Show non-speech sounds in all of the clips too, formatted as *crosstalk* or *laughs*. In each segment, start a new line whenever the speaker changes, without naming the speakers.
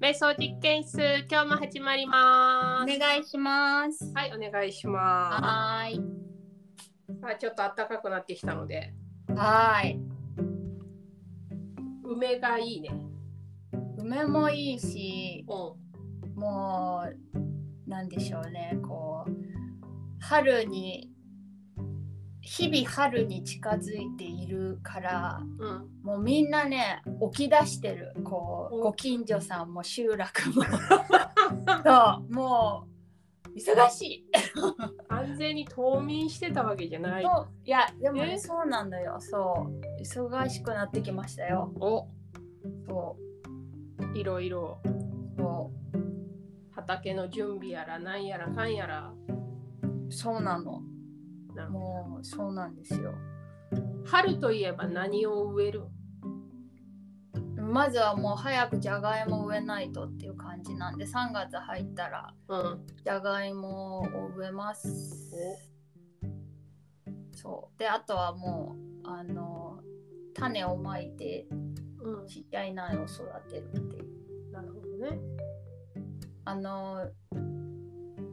体操実験室今日も始まりま
お
す
願いします。
はいお願いしま
はーい。
すあちょっと暖かくなってきたので
はーい。
梅がいいね
梅もいいし、
うん
もう、なんでしょうね、こう、春に、日々春に近づいているから、
うん
もうみんなね、起き出してる。こう、
お
ご近所さんも集落 *laughs* も。そう、もう、忙しい。
安全に冬眠してたわけじゃない
そういや、でもね、
え
そうなんだよ。そう。忙しくなってきましたよ。
お
そう。
いろいろ
そ
畑の準備やらなんやらかんやら
うそうなの。
なるほ
もうそうなんですよ。
ど春といえば何を植える
まずはもう早くじゃがいも植えないとっていう感じなんで3月入ったら
うん
じゃがいもを植えます。そうであとはもうあの種をまいて
うん
ちっちゃい苗を育てるっていう。
なるほどね
あの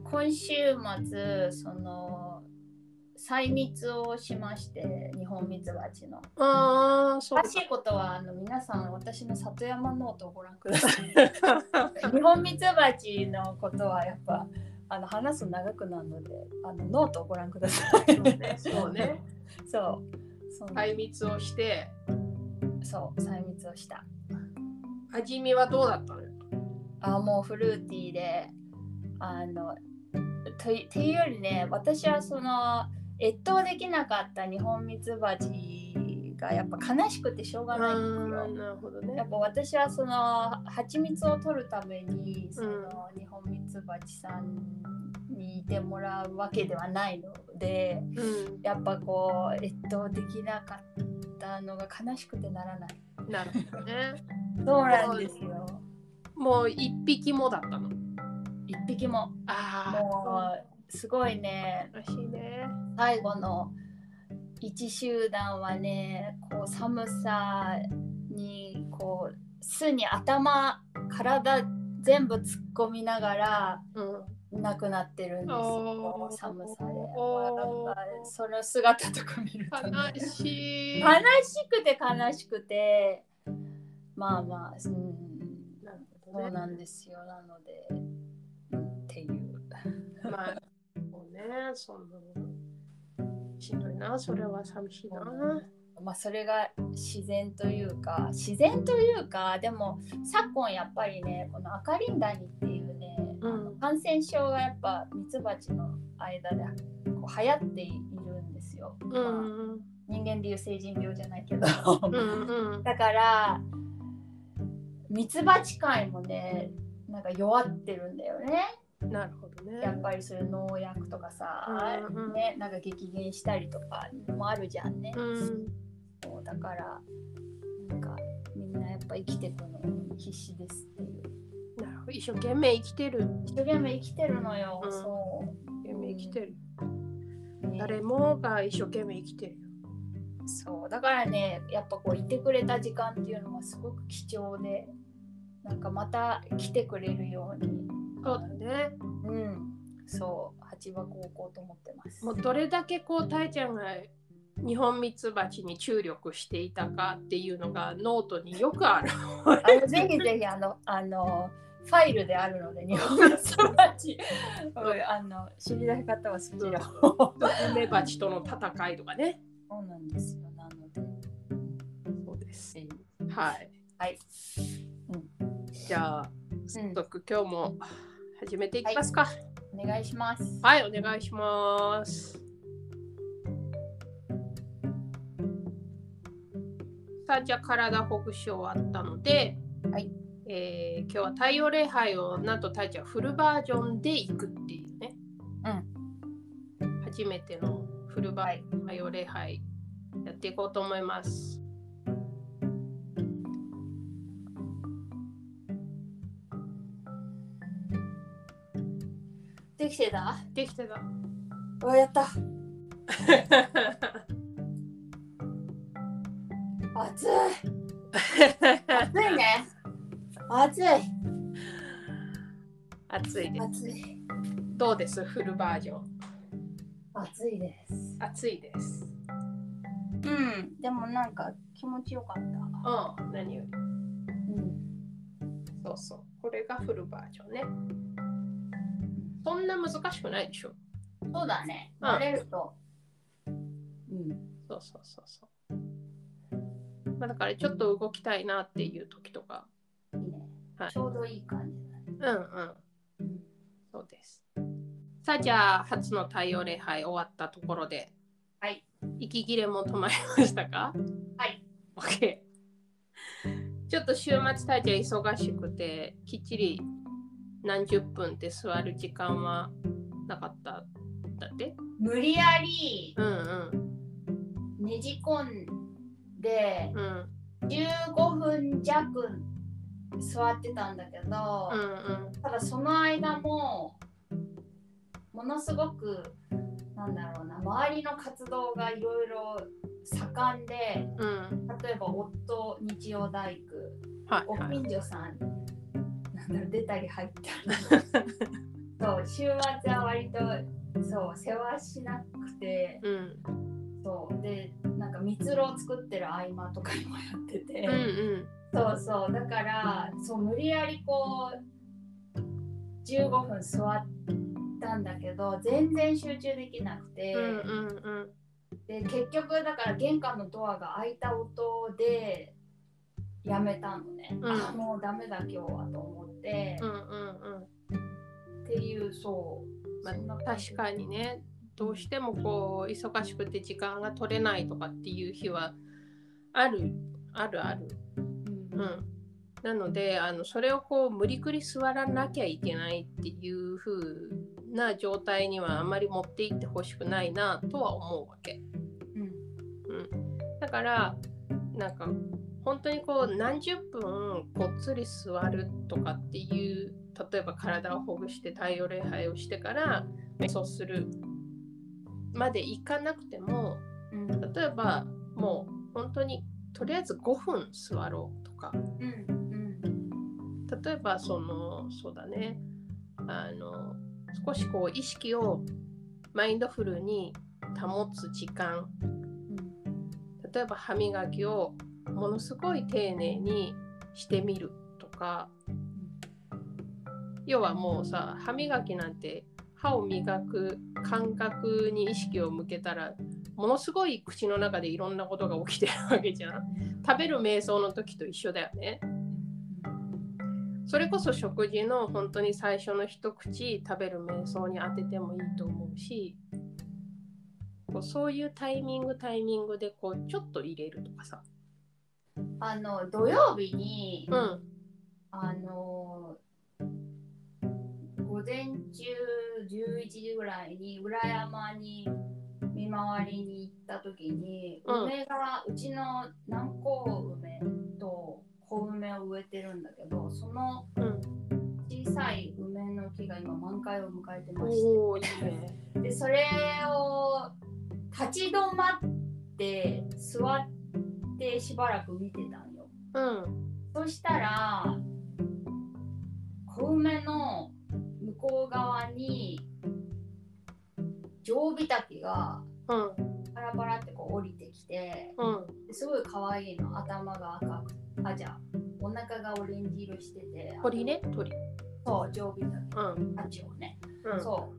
今週末その細密をしまして日本ミツバチの。
ああそう
詳しいことはあの皆さん私の里山ノートをご覧ください。 *laughs* 日本ミツバチのことはやっぱあの話すと長くなるのであのノートをご覧ください。
そうね
*laughs* そうそう、
細密をして
そう細密をした。
味見はどうだったのよ
あもうフルーティーであのといっていうよりね私はその越冬できなかった日本ミツバチがやっぱ悲しくてしょうがないんですよ。
なるほど
や
ね
っぱ私はその蜂蜜を取るためにその日本ミツバチさんにいてもらうわけではないので
う
やっぱこう越冬できなかったのが悲しくてならない
んなるほど *laughs* ね
そうなんですよ
もう一匹もだったの
一匹も
あ
もうすごいね
あらしいね
最後の一集団はねこう寒さにこう巣に頭体全部突っ込みながら
うん
なくなってるんです
お
よ
ー
寒さで
おー
なんかその姿とか見るとね、
悲しい
悲しくて悲しくてまあまあ、うん、
なるほど
そ
ね
うなんですよなので、うんっていう
まあそうねそのしんどいなそれは寂しいな
まあそれが自然というか自然というかでも昨今やっぱりねこのアカリンダニっていうね
うん
感染症がやっぱミツバチの間でこう流行っているんですよ。
うんうん
人間でいう成人病じゃないけど、
うんうん
だからミツバチ界もねなんか弱ってるんだよね
なるほどね
やっぱりそういう農薬とかさ、
うんうん
ね、なんか激減したりとかもあるじゃんね、
うん
そうだからなんかみんなやっぱ生きてくのに必死ですっていう
なるほど一生懸命生きてる
一生懸命生きてるのよ、
うん
そ
一生懸命生きてる
う、ね
誰もが一生懸命生きてる
そうだからねやっぱこういてくれた時間っていうのはすごく貴重でなんかまた来てくれるように
そうだね
うん、そう、蜂箱置こうと思ってます。 *laughs*
もうどれだけこうたいちゃんが日本ミツバチに注力していたかっていうのがノートによくある。
あのぜひぜひあのあのファイルであるので日本の人たち、うんあの知りたい方はそちらを。
メバチとの戦いとかね。
そうなんですよ。なので、
そうです。はい。
はい。
じゃあ早速今日も始めていきますか。
お願いします。
はい、お願いします。さあ、じゃあ体ほぐし終わったので、
はい
えー今日は太陽礼拝をなんとたいちゃんフルバージョンで行くっていうね。うん。初めてのフルバージョン、太陽礼拝やっていこうと思います。
できてた？
できてた。
わやった。 *laughs* 暑い。暑いね。暑い。
暑いです。
暑い。
どうですフルバージョン。
暑いです。
暑いです。
うん。でもなんか気持ちよかった。
うん、何より。
うん。
そうそう。これがフルバージョンね。そんな難しくないでしょ。
そうだね。
うん
慣れると。うん。
そうそうそうそう。まあ、だからちょっと動きたいなっていう時とか。
いいね。
はい
ちょうどいい感じだね。
うんうん。
うん
そうです。さあじゃあ初の太陽礼拝終わったところで。
はい。
息切れも止まりましたか
はい。
OK。ちょっと週末体調忙しくてきっちり何十分って座る時間はなかったんだって
無理やり
うんうん
ねじ込んで
うんうん
15分弱座ってたんだけど、
うん
ただその間もものすごくなんだろうな周りの活動がいろいろ盛んで
うん
例えば夫日曜大工
はい
ご
はい
近所さんなんだろう出たり入ったりそう週末は割とそう世話しなくて
うん
そうでなんか蜜ろを作ってる合間とかにもやってて、
うんうん
そうそうだからそう無理やりこう15分座ったんだけど全然集中できなくて、
うんうんうん
で結局だから玄関のドアが開いた音でやめたのね、
ん
あもうダメだ今日はと思って、
うんうんうん
っていうそう、
まあ
そんな感じ
確かにねどうしてもこう忙しくて時間が取れないとかっていう日はあるあるある
うん
うん、なのであのそれをこう無理くり座らなきゃいけないっていう風な状態にはあんまり持っていってほしくないなとは思うわけ
うん
だからなんか本当にこう何十分ごっつり座るとかっていう例えば体をほぐして太陽礼拝をしてから瞑想するまでいかなくても
うん
例えばもう本当にとりあえず5分座ろうとか
うん
例えばそのそうだねあの少しこう意識をマインドフルに保つ時間
うん
例えば歯磨きをものすごい丁寧にしてみるとか要はもうさ歯磨きなんて歯を磨く感覚に意識を向けたらものすごい口の中でいろんなことが起きてるわけじゃん食べる瞑想の時と一緒だよねそれこそ食事の本当に最初の一口食べる瞑想に当ててもいいと思うしこうそういうタイミングタイミングでこうちょっと入れるとかさ
あの土曜日に、
うん
あのー午前中11時ぐらいに裏山に見回りに行った時に、
うん
梅がうちの南高梅と小梅を植えてるんだけどその
うん
小さい梅の木が今満開を迎えてまし
おおいいね
てでそれを立ち止まって座ってしばらく見てたんよ。
うん
そしたら小梅の向こう側に常備滝が
うん
パラパラってこう降りてきて
うん
すごい可愛いの頭が赤くあじゃあお腹がオレンジ色してて
鳥ね鳥
そう常備滝
うん
タチをね、
うん
そ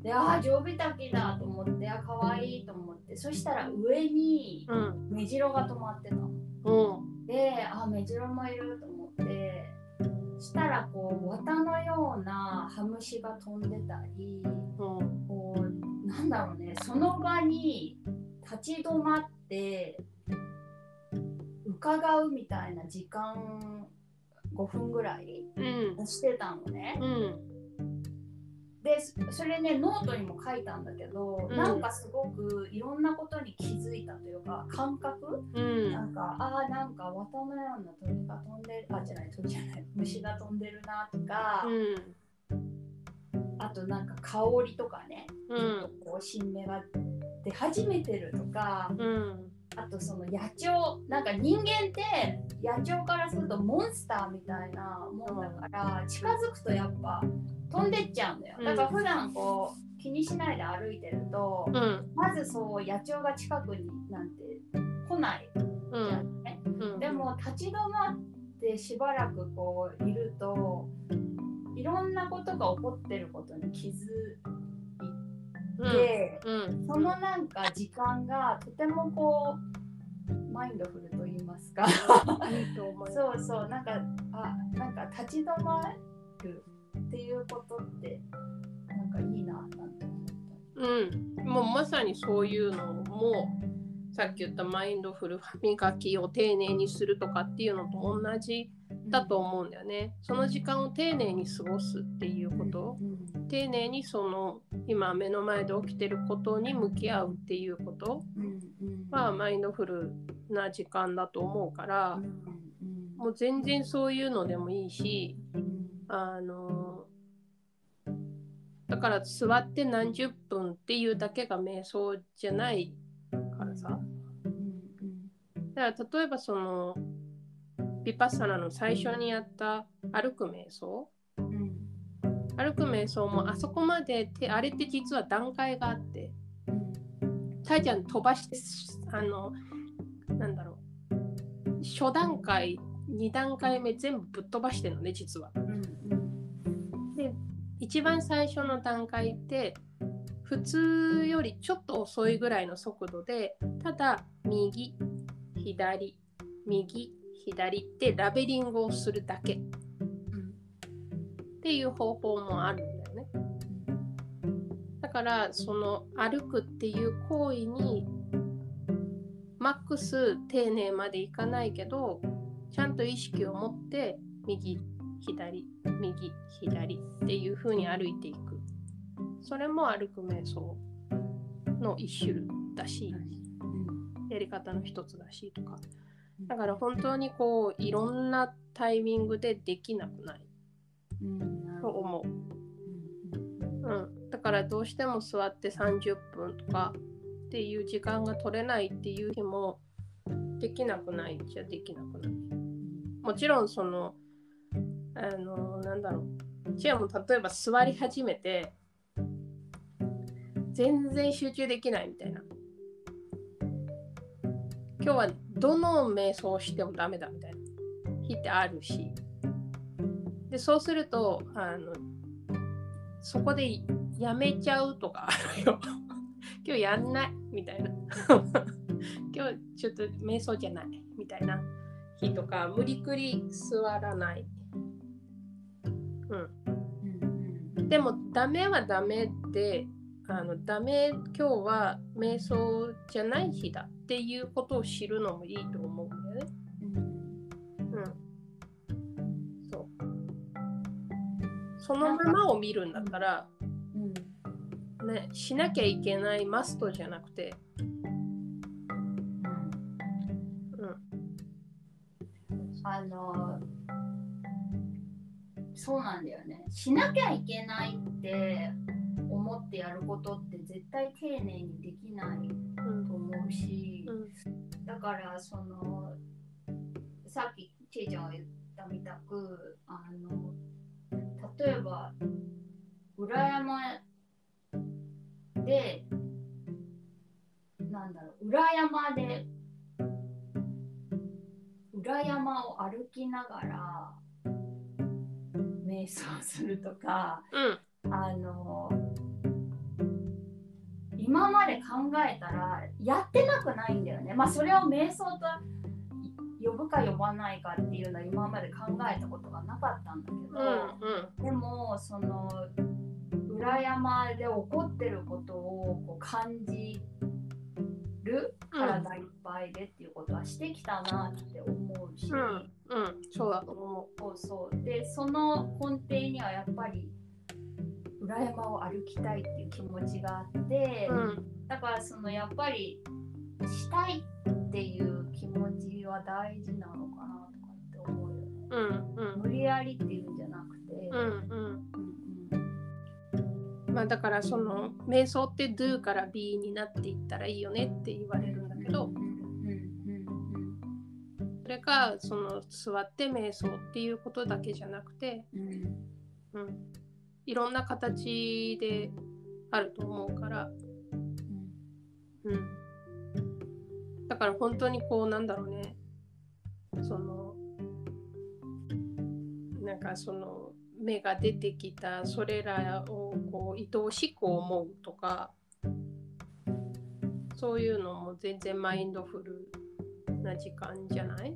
うでああ常備滝だと思ってあ可愛いと思ってそしたら上に
うん
メジロが止まってたの。
うん
で、あ、メジロもいると思って、したらこう、綿のようなハムシが飛んでたり、
うん
こう、なんだろうね、その場に立ち止まって、伺うみたいな時間5分ぐらい
うん
してたのね。
うん
で、そそれね、ノートにも書いたんだけど、
うん
なんかすごくいろんなことに気づいたというか、感覚
うん
なんか、ああ、なんか綿のような鳥が飛んでる、あ、じゃない、鳥じゃない、虫が飛んでるなとか、あとなんか香りとかね、
うん
こう新芽が出始めてるとか、
うん
あとその野鳥なんか人間って野鳥からするとモンスターみたいなもんだから近づくとやっぱ飛んでっちゃうんだよ
うん
だから普段こう気にしないで歩いてると
うん
まずそう野鳥が近くになんて来ない
うんう
じゃ
ん
んね
うん
でも立ち止まってしばらくこういるといろんなことが起こってることに気づいて、
うん
そのなんか時間がとてもこうマインドフルと言います
*laughs*
か
いいと思います
そうそうなんかあなんか立ち止まるっていうことってなんかいいななんて思っ
うん、もうまさにそういうのもさっき言ったマインドフル歯磨きを丁寧にするとかっていうのと同じ
た
だと思うんだよね。その時間を丁寧に過ごすっていうこと、
うん
丁寧にその今目の前で起きてることに向き合うっていうこと
うんうん
はマインドフルな時間だと思うから
うん、うん
もう全然そういうのでもいいし、
うん
あのだから座って何十分っていうだけが瞑想じゃないからさ
うん
だから例えばそのヴィパッサナの最初にやった歩く瞑想
うんうん
歩く瞑想もあそこまでってあれって実は段階があってタイちゃん飛ばしてあのなんだろう初段階2段階目全部ぶっ飛ばしてるのね実は。
うんうん
一番最初の段階って普通よりちょっと遅いぐらいの速度でただ右左右左ってラベリングをするだけっ
うん
ていう方法もあるんだよねだからその歩くっていう行為にマックス丁寧までいかないけどちゃんと意識を持って右左右左っていう風に歩いていくそれも歩く瞑想の一種だし
うん
やり方の一つだしとかだから本当にこういろんなタイミングでできなくない
うんなる
と
ほど
思う。
うん
うん、だからどうしても座って30分とかっていう時間が取れないっていう日もできなくないじゃできなくないもちろんそのあのなんだろうチェアも例えば座り始めて全然集中できないみたいな今日はどの瞑想をしてもダメだみたいな日ってあるしでそうするとあのそこでやめちゃうとかあるよ今日やんないみたいな今日ちょっと瞑想じゃないみたいな日とか無理くり座らない
うんうんうん
でもダメはダメであのダメ今日は瞑想じゃない日だっていうことを知るのもいいと思うんだよね
うん
うんそうそのままを見るんだったら
うん
ねしなきゃいけないマストじゃなくて
うん
うん
あのそうなんだよねしなきゃいけないって思ってやることって絶対丁寧にできないと思うし、
うん
だからそのさっきちえちゃんが言ったみたくあの例えば裏山でなんだろう裏山で裏山を歩きながら瞑想するとか
うん
あの今まで考えたらやってなくないんだよねまあそれを瞑想と呼ぶか呼ばないかっていうのは今まで考えたことがなかったんだけ
うんうん
ど、でもその裏山で起こってることをこう感じる体いっぱいでっていうことはしてきたなって思うし。
うんうんそうだと思
そうそうでその根底にはやっぱり裏山を歩きたいっていう気持ちがあって、
ううん
だからそのやっぱりしたいっていう気持ちは大事なのかなとかって思うよね
うんうん
無理やりっていうんじゃなくて、
うん
うん
うんまあだからその瞑想って do から be になっていったらいいよねって言われるんだけど
うんうん
それかその座って瞑想っていうことだけじゃなくて、
うん
うん、いろんな形であると思うから、うん、だから本当にこうなんだろうねそのなんかその目が出てきたそれらをこう愛おしく思うとかそういうのも全然マインドフルな時間じゃない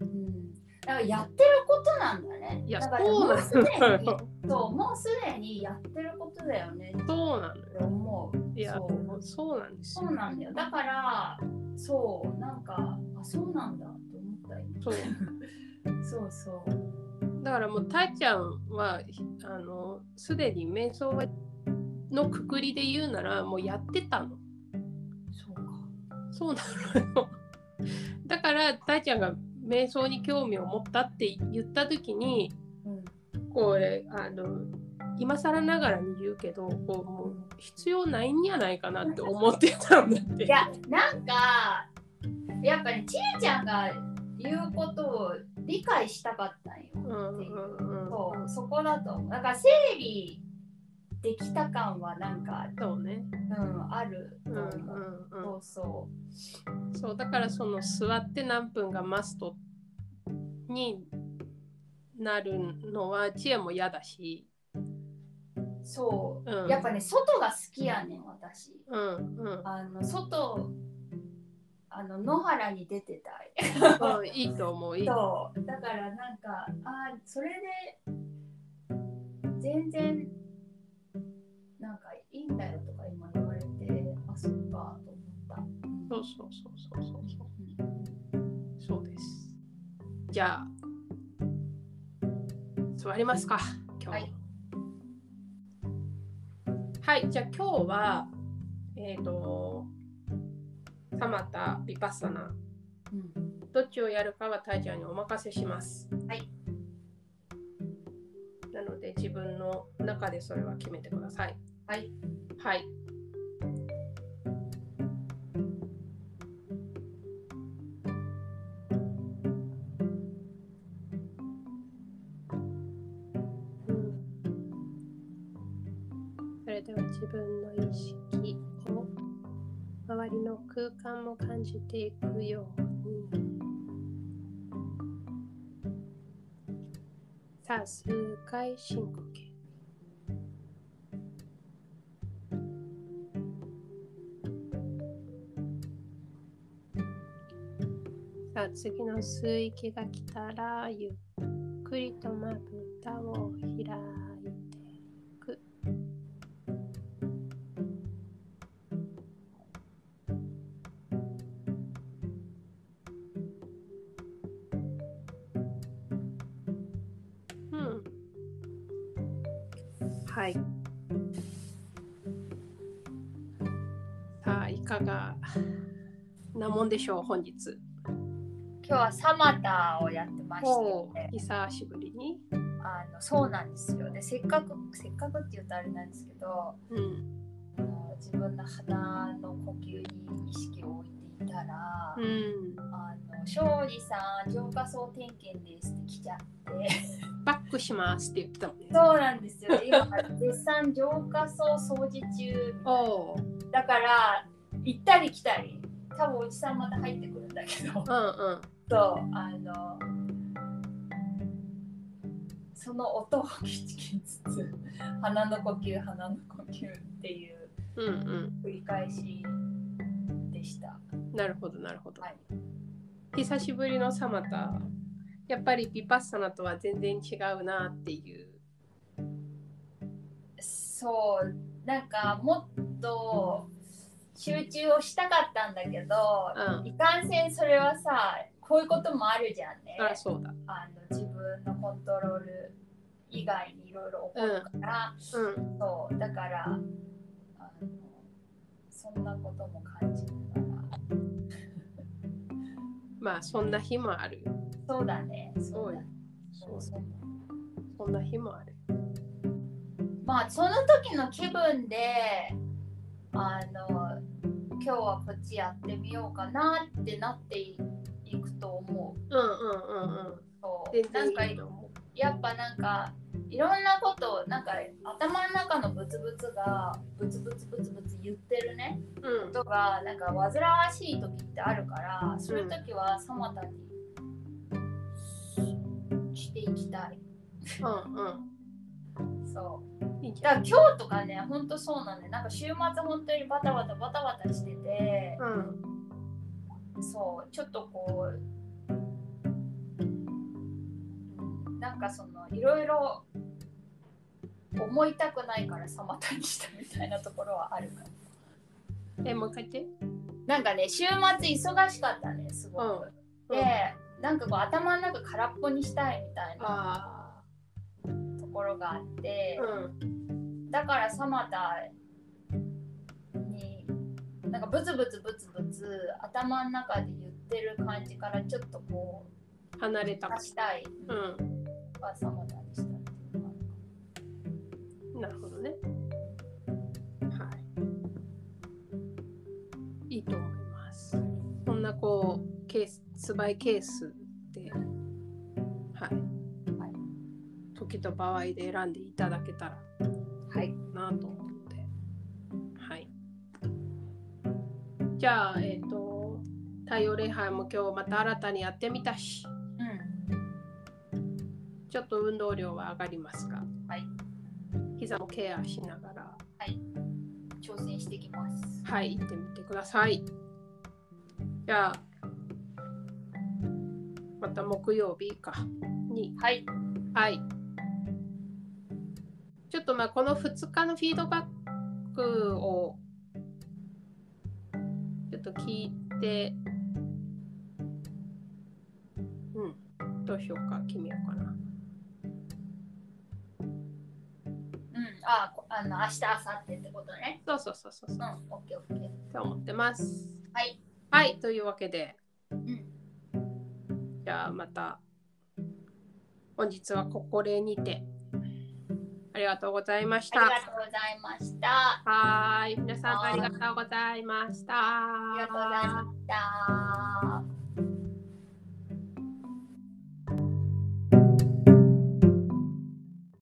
うんだからやってることなんだね。
いや
だから
そう
も
な
うすで
の
に
よ
そうもうすでにやってることだよねっ
そうなのよ
て思う。
いや
そう
そうなんです
そ
よ
うなんだよ。だから、そう、なんか、あ、そうなんだって思った今。
そう
そうそう。
だからもうたーちゃんはひあのすでに瞑想のくくりで言うならもうやってたの
そうか。
そうなのよ *laughs* だからたーちゃんが瞑想に興味を持ったって言った時に
うん。
これあの今更ながらに言うけどこうもう必要ないんじゃないかなって思ってたんだって
いや、なんか、やっぱりちえちゃんが言うことを理解したかったんよ。
うんうんうんうん
そう、そこだと思う。だから、整理できた感はなんか、
そうね
うん、ある
う
と
んうん
思う。
うん
そうそ
そうだからその座って何分がマストになるのは知恵も嫌だし、
う。そう。
うん、
やっぱね、外が好きやねん、私。
うんうん
あの外あの野原に出てたい。
うんいいと思ういい
そうだからなんかあーそれで全然なんかいいんだよとか今言われてあそっかと思った。
そうそうそうそうそうそうそうですじゃあ座りますか今日
はい
はいじゃあ今日はえっ、と蒲田ヴィパッサナー
うん
どっちをやるかはタイちゃんにお任せします。
はい。
なので自分の中でそれは決めてください。
はい。
はい。それでは自分の意識を周りの空間も感じていくように。さあ、数回深呼吸。さあ、次の吸う息が来たら、ゆっくりとまぶたを開いていく。うん。はい。さあ、いかがなもんでしょう、本日。
今日はサマタをやってまして、
おう久しぶりに。
あのそうなんですよねせっかくせっかくって言うとあれなんですけど
うん。
あの自分の鼻の呼吸に意識を置いてい
う
たら、
ん。
あの勝利さん浄化層点検ですって来ちゃって
バックしますって言ってたもんね。
そうなんですよ今絶賛浄化層掃除中
おおう。
だから行ったり来たり多分おじさんまた入ってくるんだけど
うんうん。
そうあのその音を聞きつつ鼻の呼吸鼻の呼吸っていう
うん
繰り返しでした
うん。なるほどなるほど。
はい
久しぶりのサマタ。やっぱりビパッサナとは全然違うなっていう。
そうなんかもっと集中をしたかったんだけど
う、ん。
いかんせんそれはさこういうこともあるじゃんね
そりゃそうだ。
あの自分のコントロール以外にいろいろ起こるから、
うん。
そうだからあのそんなことも感じながら
まあそんな日もあるよ。
そうだねそうだね
そう
そう
そんな日もある。
まあその時の気分であの今日はこっちやってみようかなってなっていくとと思う。
うんうんうんうん。
そう
全
なんか
然いいと思
やっぱなんかいろんなことをなんか頭の中のブツブツがブツブツブツブツ言ってるね
う。うん。
ことがなんか煩わしい時ってあるからそういう時はさまたにしていきたい。
うん
そう
うん。いいじ
だ
ゃ
から
ん。
今日とかね、ほんとそうなんで、なんか週末本当にバタバタバタバタしてて、
うん。
そう、ちょっとこう、うんなんかその、いろいろ思いたくないからさまたにしたみたいなところはあるから。
え、もう一回言って。
なんかね、週末忙しかったね、すごく。
うん
で、なんかこう頭の中空っぽにしたいみたいな
ああ。
ところがあって、
うん。
だからサマタになんかブツブツブツブツ頭の中で言ってる感じからちょっとこ
離れ
う
た。
出したい
うん。
はサマタにしたっていうの
な
は
るほどね。はい。いいと思います。こんなこう、ケース、スバイケースで。はい。
はい
時と場合で選んでいただけたら。
はい
なと思って。はい。じゃあ、えっ、と、太陽礼拝も今日また新たにやってみたし、ちょっと運動量は上がりますが、
はい
膝もケアしながら、
うん挑戦してきます
はい、行ってみてください。じゃあ、また木曜日かに、
はい
はい。ちょっとまあこの2日のフィードバックをちょっと聞いて、うん、どうしようか決めようかな。
うんあこあの明日明後日ってことね
そうそうそうそう
う
そ
ん
う、
オッケーオッケー
と思ってます。
はい
はい、というわけで、
うん
じゃあまた本日はここでにてありがとうございまし
ありが
た。
とうございました
はーい、皆さんありがとうございました。あ
ありがとうございました